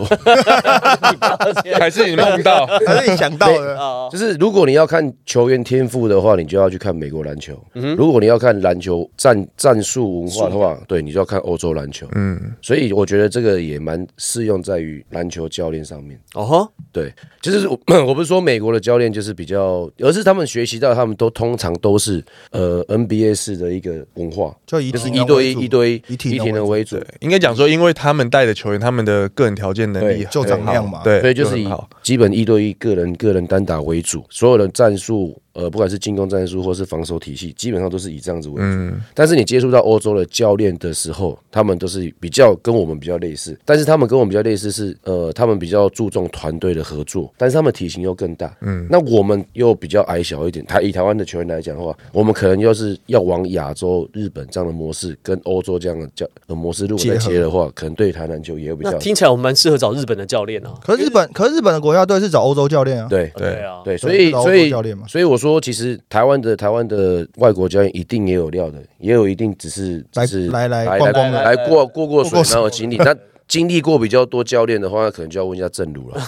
S4: 还是你梦到，
S1: 还是你想到的？
S2: 啊，
S3: 就是如果你要看球员天赋的话，你就要去看美国篮球；如果你要看篮球战战嗯术文化的话，对你就要看欧洲篮球。嗯，所以我觉得这个也蛮适用在于篮球教练上面。
S2: 哦吼，
S3: 对，就是我我不是说美国的教练就是比较，而是他们学习到他们都通常都是呃 NBA 式的一个文化，
S1: 就以
S3: 就是
S1: 体
S3: 一
S1: 能
S3: 对
S1: 为
S3: 一、
S1: 主
S3: 一对一、
S1: 以体能
S3: 能为主。
S4: 应该讲说，因为他们带的球员，他们的个人条件能力
S3: 对
S1: 就长那样嘛
S4: 对，
S3: 所以就是以
S4: 很好
S3: 基本一对一个人个人单打为主，所有的战术，呃，不管是进攻战术或是防守体系，基本上都是以这样子为主。
S4: 嗯
S3: 但是你接触到欧洲的教练的时候，他们都是比较跟我们比较类似，但是他们跟我们比较类似是，呃，他们比较注重团队的合作，但是他们体型又更大，嗯，那我们又比较矮小一点。台以台湾的球员来讲的话，我们可能要是要往亚洲、日本这样的模式跟欧洲这样的教、呃、模式如果再
S1: 结合
S3: 接的话，可能对台篮球也有比
S2: 那
S3: 较
S2: 听起来我们蛮适合找日本的教练啊。
S1: 可是日本，可是日本的国家队是找欧洲教练啊。
S3: 对。
S4: 对
S2: 啊，
S3: 对，所以
S1: 找
S3: 所
S1: 欧洲
S3: 以
S1: 教练嘛
S3: 所以我说，其实台湾的台湾的外国教练一定也有料的，也有一定只是
S1: 来
S3: 只是
S1: 来来
S3: 来
S1: 逛逛
S2: 的
S3: 来来过过
S1: 过
S3: 过水
S1: 过，
S3: 然后经历。那经历过比较多教练的话，那可能就要问一下正如 了。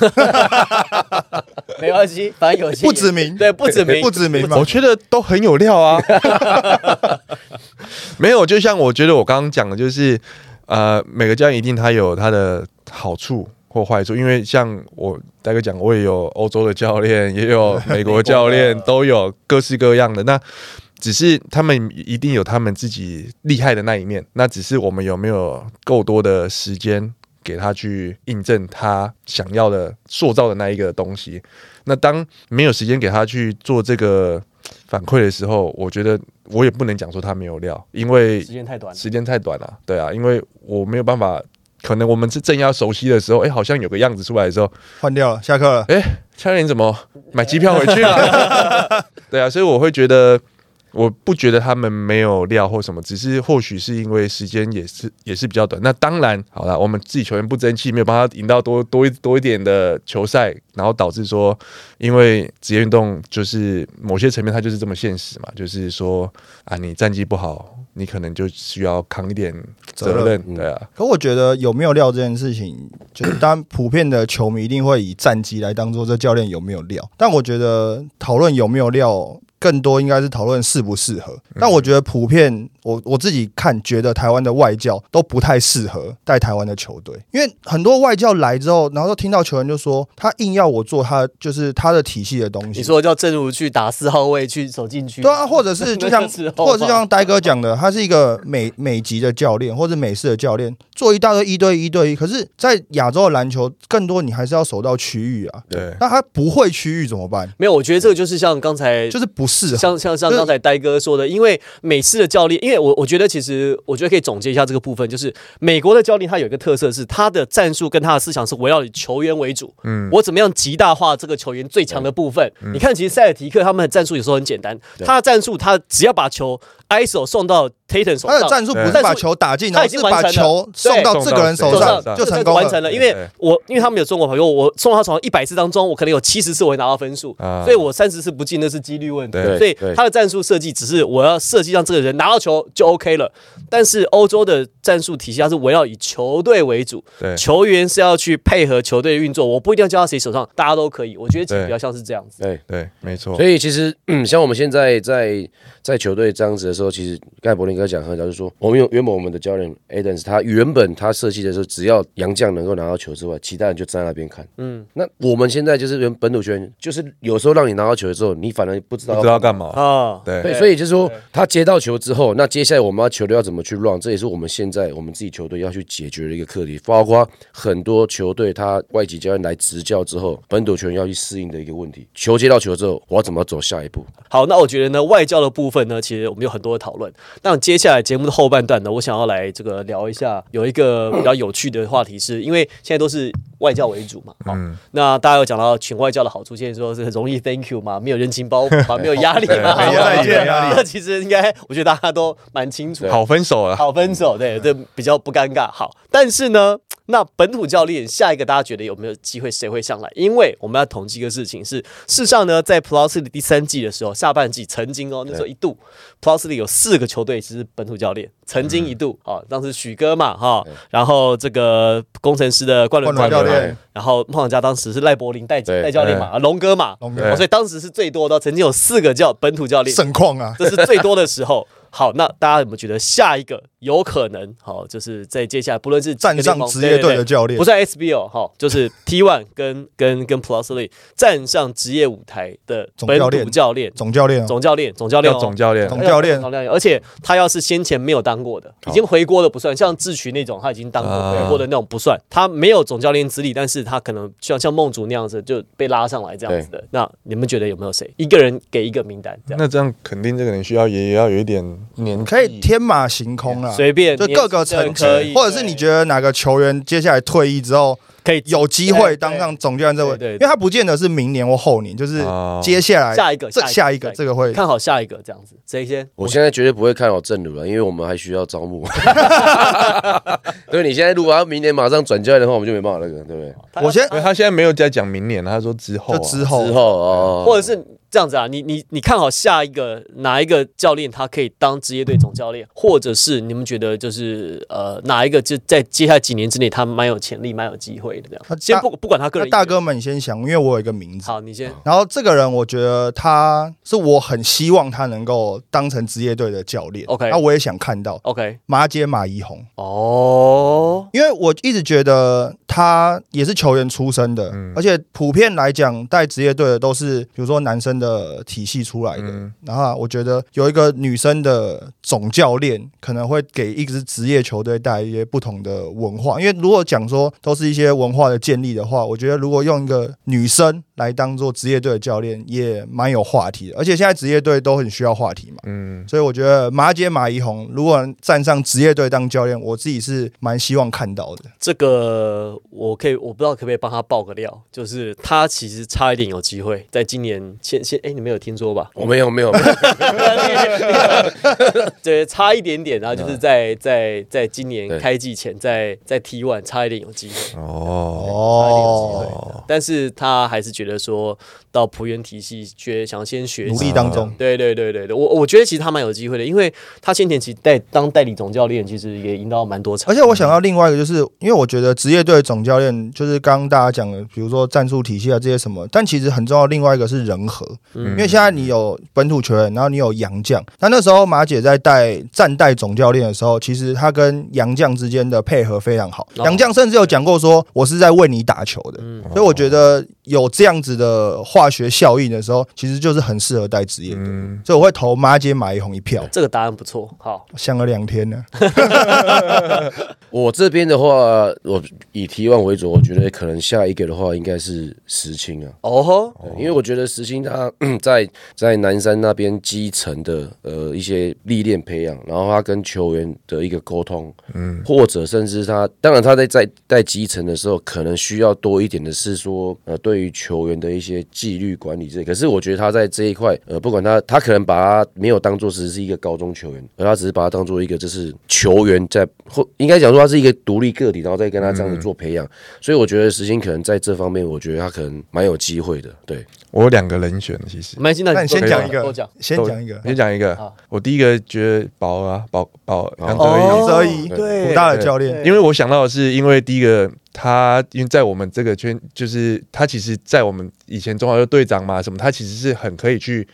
S2: 没关系，反正有些
S1: 不指名
S2: 对，不指 名，
S1: 不指名嘛
S4: 我觉得都很有 料啊。 没有，就像我觉得我刚刚讲的，就是呃，每个教练一定他有他的好处或坏处，因为像我大哥讲，我也有欧洲的教练，也有美国 教练，都有各式各样的。那只是他们一定有他们自己厉害的那一面，那只是我们有没有够多的时间给他去印证他想要的塑造的那一个东西。那当没有时间给他去做这个反馈的时候，我觉得我也不能讲说他没有料，因为
S2: 时间太短了。
S4: 时间太短了，对啊，因为我没有办法，可能我们是正要熟悉的时候，哎、好像有个样子出来的时候，
S1: 换掉了，下课了。
S4: 哎、教练怎么买机票回去了？对啊，所以我会觉得，我不觉得他们没有料或什么，只是或许是因为时间也是也是比较短。那当然，好了，我们自己球员不争气，没有帮他赢到多多一多一点的球赛，然后导致说，因为职业运动就是某些层面它就是这么现实嘛，就是说啊，你战绩不好。你可能就需要扛一点责
S1: 责
S4: 任，对啊，
S1: 可我觉得有没有料这件事情，就是当然普遍的球迷一定会以战绩来当做这教练有没有料，但我觉得讨论有没有料。更多应该是讨论适不适合，但我觉得普遍我我自己看，觉得台湾的外教都不太适合带台湾的球队，因为很多外教来之后，然后都听到球员就说他硬要我做他就是他的体系的东西，
S2: 你说叫正如去打四号位去走进去，
S1: 对啊，或者是就像
S2: 那个时，候吧
S1: 或者是就像呆哥讲的，他是一个美美籍的教练，或者美式的教练，做一大堆一对一对一。可是，在亚洲的篮球，更多你还是要守到区域啊。
S4: 对，
S1: 那他不会区域怎么办？
S2: 没有，我觉得这个就是像刚才
S1: 就是啊不适合。
S2: 像像像
S1: 就是
S2: 刚才呆哥说的，因为美式的教练，因为我我觉得其实我觉得可以总结一下这个部分，就是美国的教练他有一个特色是他的战术跟他的思想是围绕以球员为主，嗯，我怎么样极大化这个球员最强的部分？
S1: 嗯
S2: 你看，其实塞尔提克他们的战术有时候很简单，他的战术他只要把球 ISO 送到 Tatum 手
S1: 他的
S2: 上，
S1: 战术不
S4: 对
S1: 是把球打进，
S2: 他
S1: 然
S2: 已
S1: 后
S2: 经
S1: 是把
S2: 完成了
S1: 球送到
S4: 对
S1: 这个人手
S4: 手
S1: 上
S4: 上
S1: 就
S2: 这
S1: 成
S2: 个
S1: 功
S2: 完成
S1: 了。
S2: 了。因为
S4: 对
S2: 我因为他们有中国朋友，我送到他床一百次当中，我可能有七十次我会拿到分数，
S4: 啊
S2: 所以我三十次不进那是几率问题。
S4: 对
S2: 所以
S3: 对
S2: 他的战术设计只是我要设计让这个人拿到球就就 OK 了。但是欧洲的战术体系它是围绕以球队为主，
S4: 对
S2: 球员是要去配合球队运作，我不一定要交到谁手上，大家都可以。我觉得其实比较像是这样子。
S3: 对，
S4: 对，没错
S3: 所。以其实，嗯，像我们现在在在球队这样子的时候，其实盖柏林哥讲很早就说，我们有原本我们的教练 Adams，他原本他设计的时候，只要杨将能够拿到球之外，其他人就站在那边看。嗯，那我们现在就是原本土球员，就是有时候让你拿到球了之后，你反而不知道
S4: 不
S3: 要
S4: 知道干嘛，
S2: 啊，
S4: 对
S3: 对，所以就是说，他接到球之后，那接下来我们要球队要怎么去 run，这也是我们现在我们自己球队要去解决的一个课题，包括很多球队他外籍教练来执教之后，本土球员要去适应的一个问题。球接到球之后，我要怎么走下一步？
S2: 好，那我觉得呢，外教的部分呢，其实我们有很多的讨论。那接下来节目的后半段呢，我想要来这个聊一下，有一个比较有趣的话题是，因为现在都是外教为主嘛，好，
S4: 嗯
S2: 那大家有讲到请外教的好处，现在说是容易 thank you 嘛，没有人情包袱嘛，没有压力嘛， 啊
S4: 对没 有再见压力
S2: 那其实应该，我觉得大家都蛮清楚的。
S4: 好分手 了。
S2: 好分手，对对，比较不尴尬。好，但是呢，那本土教练下一个大家觉得有没有机会谁会上来？因为我们要统计一个事情是，事实上呢，在 Plus 的第三季的时候，下半季曾经哦，那时候一度 Plus 里有四个球队是本土教练，曾经一度啊、哦，当时许哥嘛哈、然后这个工程师的冠伦
S1: 冠伦教练，
S2: 然后梦想家当时是赖柏林带
S3: 对
S2: 带教练嘛，啊龙哥嘛，
S1: 龙
S4: 哥
S2: 哦所以当时是最多的哦，曾经有四个叫本土教练，
S1: 盛况啊，
S2: 这是最多的时候。好，那大家有没有觉得下一个有可能？好，就是在接下来，不论是
S1: 站上职业队的教练
S2: 不，算 SBO 哈，就是 T One 跟跟跟 Plus League 站上职业舞台的
S1: 总
S2: 本
S1: 教
S2: 土
S1: 练
S2: 教练、
S1: 总教练啊，
S2: 总教练、总教练、哦
S4: 要总教练
S1: 总教练
S2: 总教练，而且他要是先前没有当过的，已经回国的不算，像智取那种他已经当过
S4: 啊
S2: 回国的那种不算，他没有总教练资历，但是他可能像像梦竹那样子就被拉上来这样子的。那你们觉得有没有谁一个人给一个名单这样？
S4: 那这样肯定这个人需要也也要有一点年
S1: 可以天马行空啊，
S2: 随便
S1: 就
S2: 你
S1: 各个层
S2: 这可以
S1: 级，或者是你觉得哪个球员接下来退役之后
S2: 可以
S1: 有机会当上总教练这位，
S2: 对对对
S1: 因为他不见得是明年或后年，就是
S4: 哦
S1: 接下来
S2: 下一个
S1: 这
S2: 下
S1: 下
S2: 一
S1: 一
S2: 个
S1: 个这个会
S2: 看好下一个这样子，谁先？
S3: 我现在绝对不会看好正如了，因为我们还需要招募。 对，你现在如果要明年马上转教练的话，我们就没办法那个，对不对？
S2: 他
S1: 我先
S4: 因为他现在没有在讲明年，他说之后、
S1: 啊就
S4: 啊，
S1: 之后
S3: 之后哦，
S2: 或者是这样子啊，你你你看好下一个哪一个教练他可以当职业队总教练，或者是你们觉得就是呃哪一个就在接下来几年之内他蛮有潜力、蛮有机会的这
S1: 那
S2: 样。
S1: 大
S2: 先不不管他个
S1: 那
S2: 人，
S1: 大，哥们，你先想，因为我有一个名字。
S2: 好，你先。
S1: 然后这个人，我觉得他是我很希望他能够当成职业队的教练。
S2: OK
S1: 那我也想看到
S2: OK，
S1: 马姐马怡红，
S2: 哦，
S1: 因为我一直觉得他也是球员出身的，而且普遍来讲，带职业队的都是比如说男生的体系出来的。然后啊我觉得有一个女生的总教练，可能会给一支职业球队带来一些不同的文化。因为如果讲说都是一些文化的建立的话，我觉得如果用一个女生来当做职业队的教练，也蛮有话题的。而且现在职业队都很需要话题嘛。
S4: 嗯，
S1: 所以我觉得马姐马怡红如果能站上职业队当教练，我自己是蛮希望看到的。
S2: 这个我可以，我不知道可不可以帮他爆个料，就是他其实差一点有机会，在今年先先，哎，你们有听说吧？
S3: 哦我没有没有，没有
S2: 对，差一点点，然后就是在在在今年
S3: 对
S2: 开季前，在在 T one 差一点有机会，
S1: 啊
S2: 差
S4: 哦，
S2: 一点有机会，但是他还是觉得说到浦原体系学，想先学
S1: 努力
S2: 习。
S1: 当中，
S2: 对对对对对，我我觉得其实他蛮有机会的，因为他先前其实代当代理总教练，其实也赢到蛮多场
S1: 而。且我想到另外一个，就是因为我觉得职业队总教练就是刚刚大家讲的，比如说战术体系啊这些什么，但其实很重要。另外一个是人和，因为现在你有本土球员，然后你有洋将。那那时候马姐在带战代总教练的时候，其实她跟洋将之间的配合非常好。
S2: 哦
S1: 洋将甚至有讲过说，我是在为你打球的。所以我觉得有这样子的化学效应的时候，其实就是很适合带职业队。
S4: 嗯，
S1: 所以我会投马姐马一红一票，
S2: 这个答案不错，好，
S1: 想了两天呢。
S3: 我这边的话，我以提问为主，我觉得可能下一个的话应该是石青啊。
S2: 哦吼，
S3: 对因为我觉得石青他嗯在在南山那边基层的呃一些历练培养，然后他跟球员的一个沟通，嗯，或者甚至他，当然他在在在基层的时候，可能需要多一点的是说，呃，对于球员的一些纪律管理这，可是我觉得他在这一块，呃，不管他他可能把他没有当做只是一个高中球员，而他只是把他当做一个就是球员在或应该讲说他是一个独立个体，然后再跟他这样子做培养，所以我觉得石鑫可能在这方面，我觉得他可能蛮有机会的。对，
S4: 我有两个人选，其实
S2: 没关系，
S1: 那
S2: 那
S1: 你
S2: 你
S1: 先
S2: 多
S1: 讲一个，
S2: 多讲。
S1: 先
S4: 都
S1: 讲一个，
S4: 先讲一
S2: 好
S4: 个，我第一个觉得保啊，保保杨德
S2: 哦
S4: 一。
S1: 杨泽怡，
S3: 对
S1: 武大的教练，
S2: 对
S4: 因为我想到的是，因为第一个他，因为在我们这个圈，就是他其实，在我们以前中华队队长嘛什么，他其实是很可以去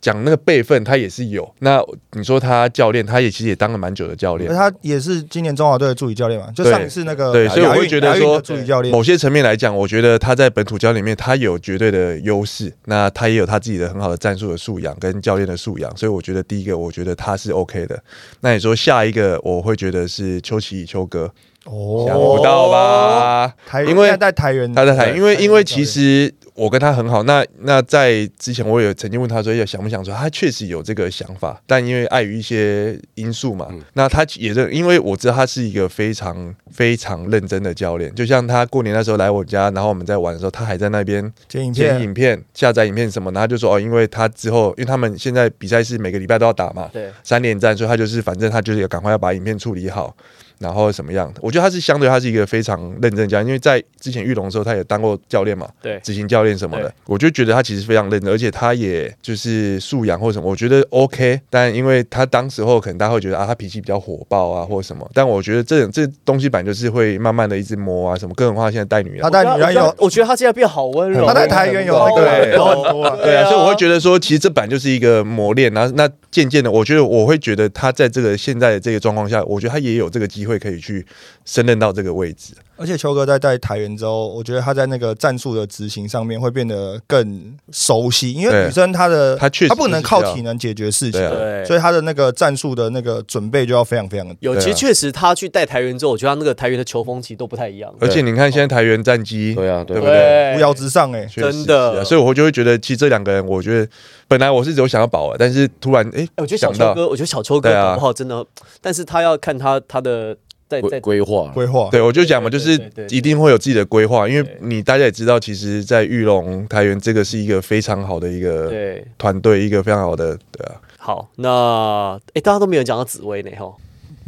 S4: 讲那个辈分，他也是有。那你说他教练，他也其实也当了蛮久的教练
S1: 而。他也是今年中华队的助理教练嘛，就上一次那个
S4: 对所以
S1: 亚运
S4: 我会觉得
S1: 亚运的
S4: 说
S1: 助理教练
S4: 某些层面来讲，我觉得他在本土教练里面，他有绝对的优势。那他也有他自己的很好的战术的素养跟教练的素养，所以我觉得第一个，我觉得他是 OK 的。那你说下一个，我会觉得是邱奇乙邱哥，想
S1: 哦，
S4: 不到吧？
S1: 台
S4: 因为
S1: 现在在台原，
S4: 嗯他在台，因为
S1: 台
S4: 因为
S1: 教
S4: 其
S1: 练
S4: 实我跟他很好，那那在之前我也曾经问他说，要想不想说，他确实有这个想法，但因为碍于一些因素嘛，
S1: 嗯
S4: 那他也认，因为我知道他是一个非常非常认真的教练，就像他过年那时候来我家，然后我们在玩的时候，他还在那边
S1: 剪影
S4: 剪
S1: 片，
S4: 影片、下载影片什么，然后他就说哦，因为他之后，因为他们现在比赛是每个礼拜都要打嘛，
S2: 对，
S4: 三连战，所以他就是反正他就是要赶快要把影片处理好，然后什么样的？我觉得他是相对他是一个非常认真的教练，因为在之前玉龙的时候他也当过教练嘛，
S2: 对
S4: 执行教练什么的
S2: 对，
S4: 我就觉得他其实非常认真，而且他也就是素养或什么，我觉得 OK。但因为他当时候可能大家会觉得啊，他脾气比较火爆啊，或什么，但我觉得这这东西版就是会慢慢的一直磨啊什么，更何况现在带女
S1: 他
S4: 啊。
S1: 带女篮
S2: 我觉得
S1: 有，
S2: 我觉得他现在变好温柔。哦
S1: 他在台原有那个
S4: 对
S1: 有 很多啊，
S4: 对
S2: 哎
S4: 啊，所以我会觉得说，其实这版就是一个磨练，然后那渐渐的，我觉得我会觉得他在这个现在的这个状况下，我觉得他也有这个机会可以去胜任到这个位置。
S1: 而且球哥在带台原之后，我觉得他在那个战术的执行上面会变得更熟悉，因为
S4: 对
S1: 女生她的
S4: 她确实
S1: 她不能靠
S4: 是这样
S1: 体能解决事情
S4: 对，啊
S2: 对，
S1: 所以她的那个战术的那个准备就要非常非常的。
S2: 有，
S4: 对啊
S2: 其实确实他去带台原之后，我觉得他那个台原的球风其实都不太一样。
S4: 而且你看现在台原战绩，
S3: 对啊，对啊
S4: 呃对不对？
S1: 扶摇直上哎、欸，
S4: 确实
S2: 哦真的
S4: 是啊所以我就会觉得，其实这两个人，我觉得本来我是只有想要保尔，但是突然哎
S2: 哎，，我觉得小
S4: 想
S2: 秋
S4: 到
S2: 哥，我觉得小秋哥
S4: 对啊
S2: 搞不好真的，但是他要看他他的在
S3: 规
S2: 在
S3: 规划
S1: 规划
S4: 对，我就讲嘛，
S2: 对
S4: 就
S2: 对
S4: 是
S2: 对对对
S4: 一定会有自己的规划，因
S2: 对
S4: 为你大家也知道，其实，在玉龙台原这个是一个非常好的一个
S2: 对
S4: 团队，一个非常好的对啊，
S2: 好。那哎，大家都没有讲到紫薇呢，哈。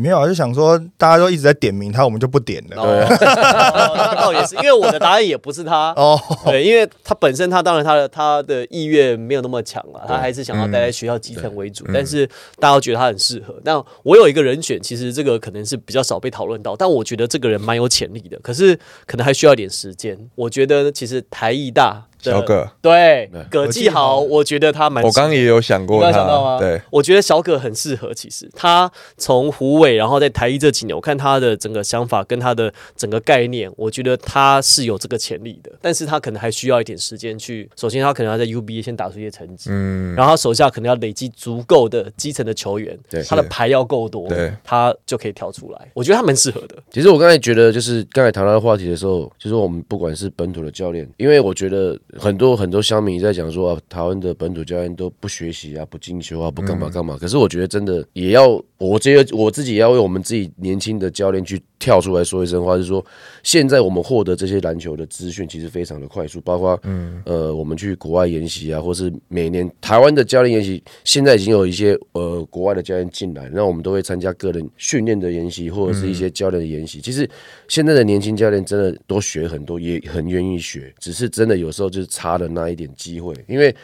S1: 没有啊，就想说大家都一直在点名他，我们就不点了。
S4: 啊
S2: 哦，那倒也是，因为我的答案也不是 他。
S1: 哦，
S2: 对，因为他本身他当然他的他的意愿没有那么强了，他还是想要待
S4: 嗯
S2: 在学校基层为主。但是大家都觉得他很适合。那我有一个人选，其实这个可能是比较少被讨论到，但我觉得这个人蛮有潜力的，可是可能还需要一点时间。我觉得其实台艺大的
S4: 小葛，
S2: 对
S3: 对
S2: 葛继豪，我觉得他蛮
S4: 我刚刚也有想
S2: 你
S4: 过
S2: 刚
S4: 他，
S2: 刚想到吗？
S4: 对，，
S2: 我觉得小葛很适合。其实他从胡伟，然后在台一这几年，我看他的整个想法跟他的整个概念，我觉得他是有这个潜力的。但是他可能还需要一点时间去，首先他可能要在 UBA 先打出一些成绩，
S4: 嗯，
S2: 然后他手下可能要累积足够的基层的球员
S3: 对，
S2: 他的牌要够多
S4: 对，
S2: 他就可以跳出来。我觉得他蛮适合的。
S3: 其实我刚才觉得，就是刚才谈到的话题的时候，就是我们不管是本土的教练，因为我觉得很多很多乡民在讲说啊，台湾的本土教练都不学习啊，不进修啊，不干嘛干嘛。可是我觉得真的也要，我这个我自己也要为我们自己年轻的教练去跳出来说一声话，就是说现在我们获得这些篮球的资讯其实非常的快速，包括嗯呃我们去国外研习啊，或是每年台湾的教练研习，现在已经有一些呃国外的教练进来，那我们都会参加个人训练的研习或者是一些教练的研习。其实现在的年轻教练真的都学很多，也很愿意学，只是真的有时候就是差了那一点机会，因为。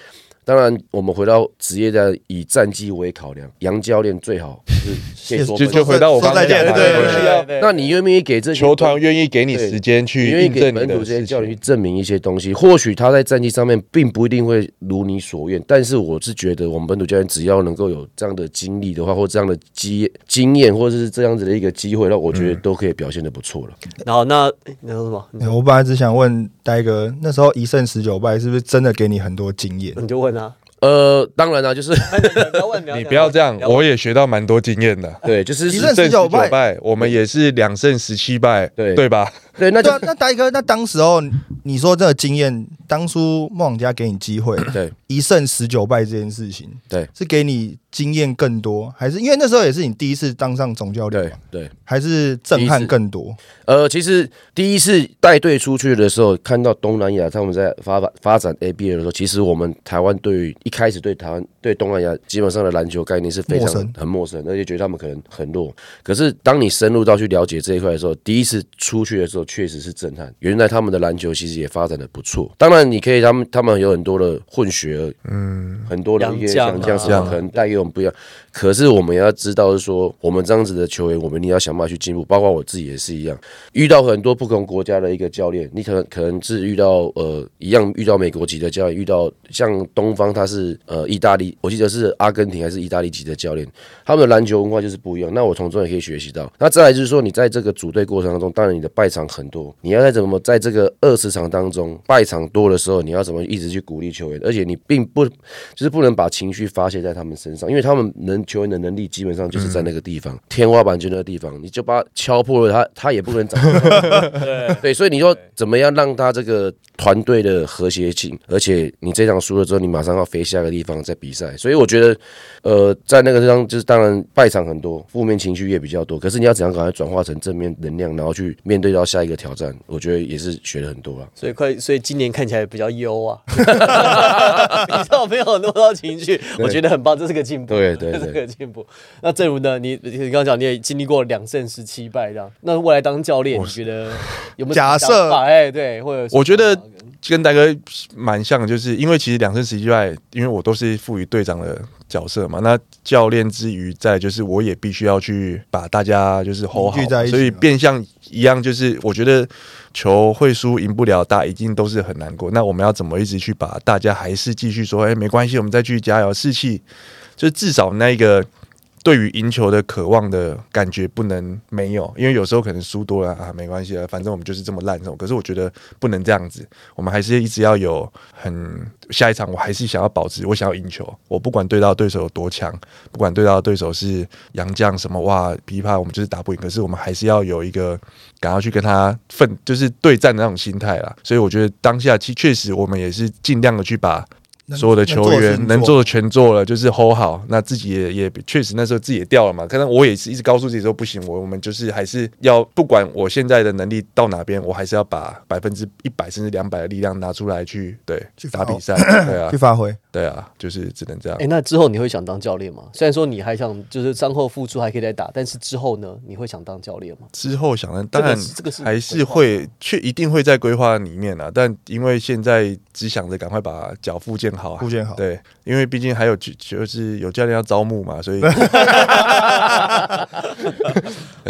S3: 当然，我们回到职业的以战绩为考量，杨教练最好是可以说
S4: 就
S3: 本土
S4: 就回到我刚刚
S1: 说再见
S4: 讲的，
S1: 对对
S4: 需
S1: 对
S4: 要
S2: 对
S3: 那你愿不愿意给这些
S4: 球团愿意给你
S3: 对
S4: 时间去
S3: 因为
S4: 印
S3: 给
S4: 证你
S3: 本土
S4: 的
S3: 这些
S4: 事
S3: 教练去
S4: 情。
S3: 证明一些东西，或许他在战绩上面并不一定会如你所愿，但是我是觉得我们本土教练只要能够有这样的经历的话，或这样的经经验，或者是这样子的一个机会，那我
S4: 嗯
S3: 觉得都可以表现的不错了。
S2: 然后那诶你说什么？
S1: 欸我本来只想问呆哥，那时候一胜十九败，是不是真的给你很多经验？
S2: 你就问啊，
S3: 呃，当然啦、就是。
S2: 不要问，
S4: 你不要这样，
S2: 问
S4: 我也学到蛮多经验的
S3: 对，就是
S1: 一胜
S4: 胜
S1: 十
S4: 十
S1: 九
S4: 九
S1: 败
S4: 败，我们也是两胜十七败，
S3: 对
S4: 对吧？
S3: 对，那就
S1: 对啊，那呆哥，那当时候你说这个经验，当初梦想家给你机会，
S3: 对
S1: 一胜十九败这件事情，
S3: 对，
S1: 是给你经验更多，还是因为那时候也是你第一次当上总教练
S3: 对
S1: 嘛，
S3: 对。
S1: 还是震撼更多？
S3: 呃，其实第一次带队出去的时候，看到东南亚他们在发发发展 ABA 的时候，其实我们台湾对于一开始对台湾对东南亚基本上的篮球概念是非
S1: 陌
S3: 常
S1: 生
S3: 很陌生，而且觉得他们可能很弱。可是当你深入到去了解这一块的时候，第一次出去的时候确实是震撼。原来他们的篮球其实也发展的不错。当然，你可以他们他们有很多的混血，嗯，很多的一些
S2: 洋将
S3: 洋
S2: 啊
S3: 将是吧可能带给我们不一样。可是我们也要知道，是说我们这样子的球员，我们一定要想办法去进步。包括我自己也是一样，遇到很多不同国家的一个教练，你可能可能是遇到呃一样遇到美国籍的教练，遇到像东方他是呃意大利，我记得是阿根廷还是意大利籍的教练，他们的篮球文化就是不一样。那我从中也可以学习到。那再来就是说，你在这个组队过程当中，当然你的败场很多，你要在怎么在这个二十场当中败场多的时候，你要怎么一直去鼓励球员，而且你并不就是不能把情绪发泄在他们身上，因为他们能球员的能力基本上就是在那个地方，天花板就那个地方，你就把他敲破了他，他也不能长。
S2: 对，
S3: 对，所以你说怎么样让他这个团队的和谐性，而且你这场输了之后，你马上要飞下个地方再比赛，所以我觉得，呃，在那个地方就是当然败场很多，负面情绪也比较多，可是你要怎样赶快转化成正面能量，然后去面对到下一个挑战，我觉得也是学了很多啊了。
S2: 所以快，所以今年看起来比较优啊， 比较没有那么多情绪，我觉得很棒，这是个进步，
S3: 对对
S2: 这是个
S3: 对
S2: 进步。那正如呢，你你刚刚讲你也经历过两胜十七败这样，那未来当教练，你觉得有没有什么
S1: 假设
S2: 想法哎，对，或者是
S4: 我觉得
S1: 啊
S4: 跟大哥蛮像的，就是因为其实两胜十一败，因为我都是赋予队长的角色嘛。那教练之余，再来就是我也必须要去把大家就是 hold
S1: 凝聚在
S4: 好，
S1: 一起啊
S4: 所以
S1: 嘛
S4: 变相一样就是，我觉得球会输赢不了，大家一定都是很难过。那我们要怎么一直去把大家还是继续说，哎、没关系，我们再继续加油，士气，就是至少那一个对于赢球的渴望的感觉不能没有，因为有时候可能输多了啊，没关系啊，反正我们就是这么烂这种。可是我觉得不能这样子，我们还是一直要有很下一场，我还是想要保持，我想要赢球，我不管对到对手有多强，不管对到对手是洋将什么哇琵琶，我们就是打不赢，可是我们还是要有一个敢要去跟他奋，就是对战的那种心态啦。所以我觉得当下其确实我们也是尽量的去把
S1: 能
S4: 所有的球员能做的
S1: 全
S4: 全做了，就是 hold 好。那自己也也确实那时候自己也掉了嘛，可能我也是一直告诉自己说不行，我我们就是还是要不管我现在的能力到哪边，我还是要把百分之一百甚至两百的力量拿出来去对
S1: 去
S4: 打
S1: 发
S4: 比赛，对啊
S1: 去发挥。
S4: 对啊，就是只能这样
S2: 哎、。那之后你会想当教练吗？虽然说你还想就是伤后复出还可以再打，但是之后呢，你会想当教练吗？
S4: 之后想的，当然
S2: 这个是
S4: 还是会，却一定会在规划里面啊。但因为现在只想着赶快把脚复健好啊，
S1: 复健好
S4: 对，因为毕竟还有就就是有教练要招募 嘛，所以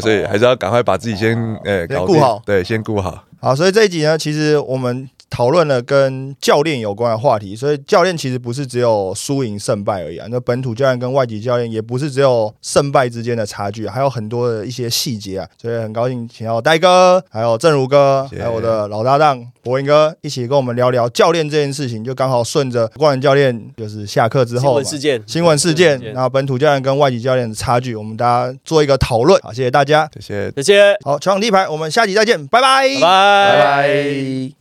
S4: 所以还是要赶快把自己先呃
S1: 哦先
S4: 搞
S1: 顾
S4: 定
S1: 好
S4: 对，先顾好。
S1: 好，所以这一集呢，其实我们讨论了跟教练有关的话题。所以教练其实不是只有输赢胜败而已啊，那本土教练跟外籍教练也不是只有胜败之间的差距，啊还有很多的一些细节啊。所以很高兴请到呆哥，还有正如哥，
S4: 谢谢
S1: 还有我的老搭档博文哥一起跟我们聊聊教练这件事情，就刚好顺着冠伦教练就是下课之
S2: 新
S1: 后
S2: 闻
S1: 嘛
S2: 事件，
S1: 新闻事
S2: 新闻
S1: 件
S2: 事件，
S1: 然后本土教练跟外籍教练的差距，我们大家做一个讨论。好，谢谢大家。
S4: 这些
S2: 谢谢，
S1: 好，球场地牌，我们下集再见，拜
S2: 拜拜
S3: 拜。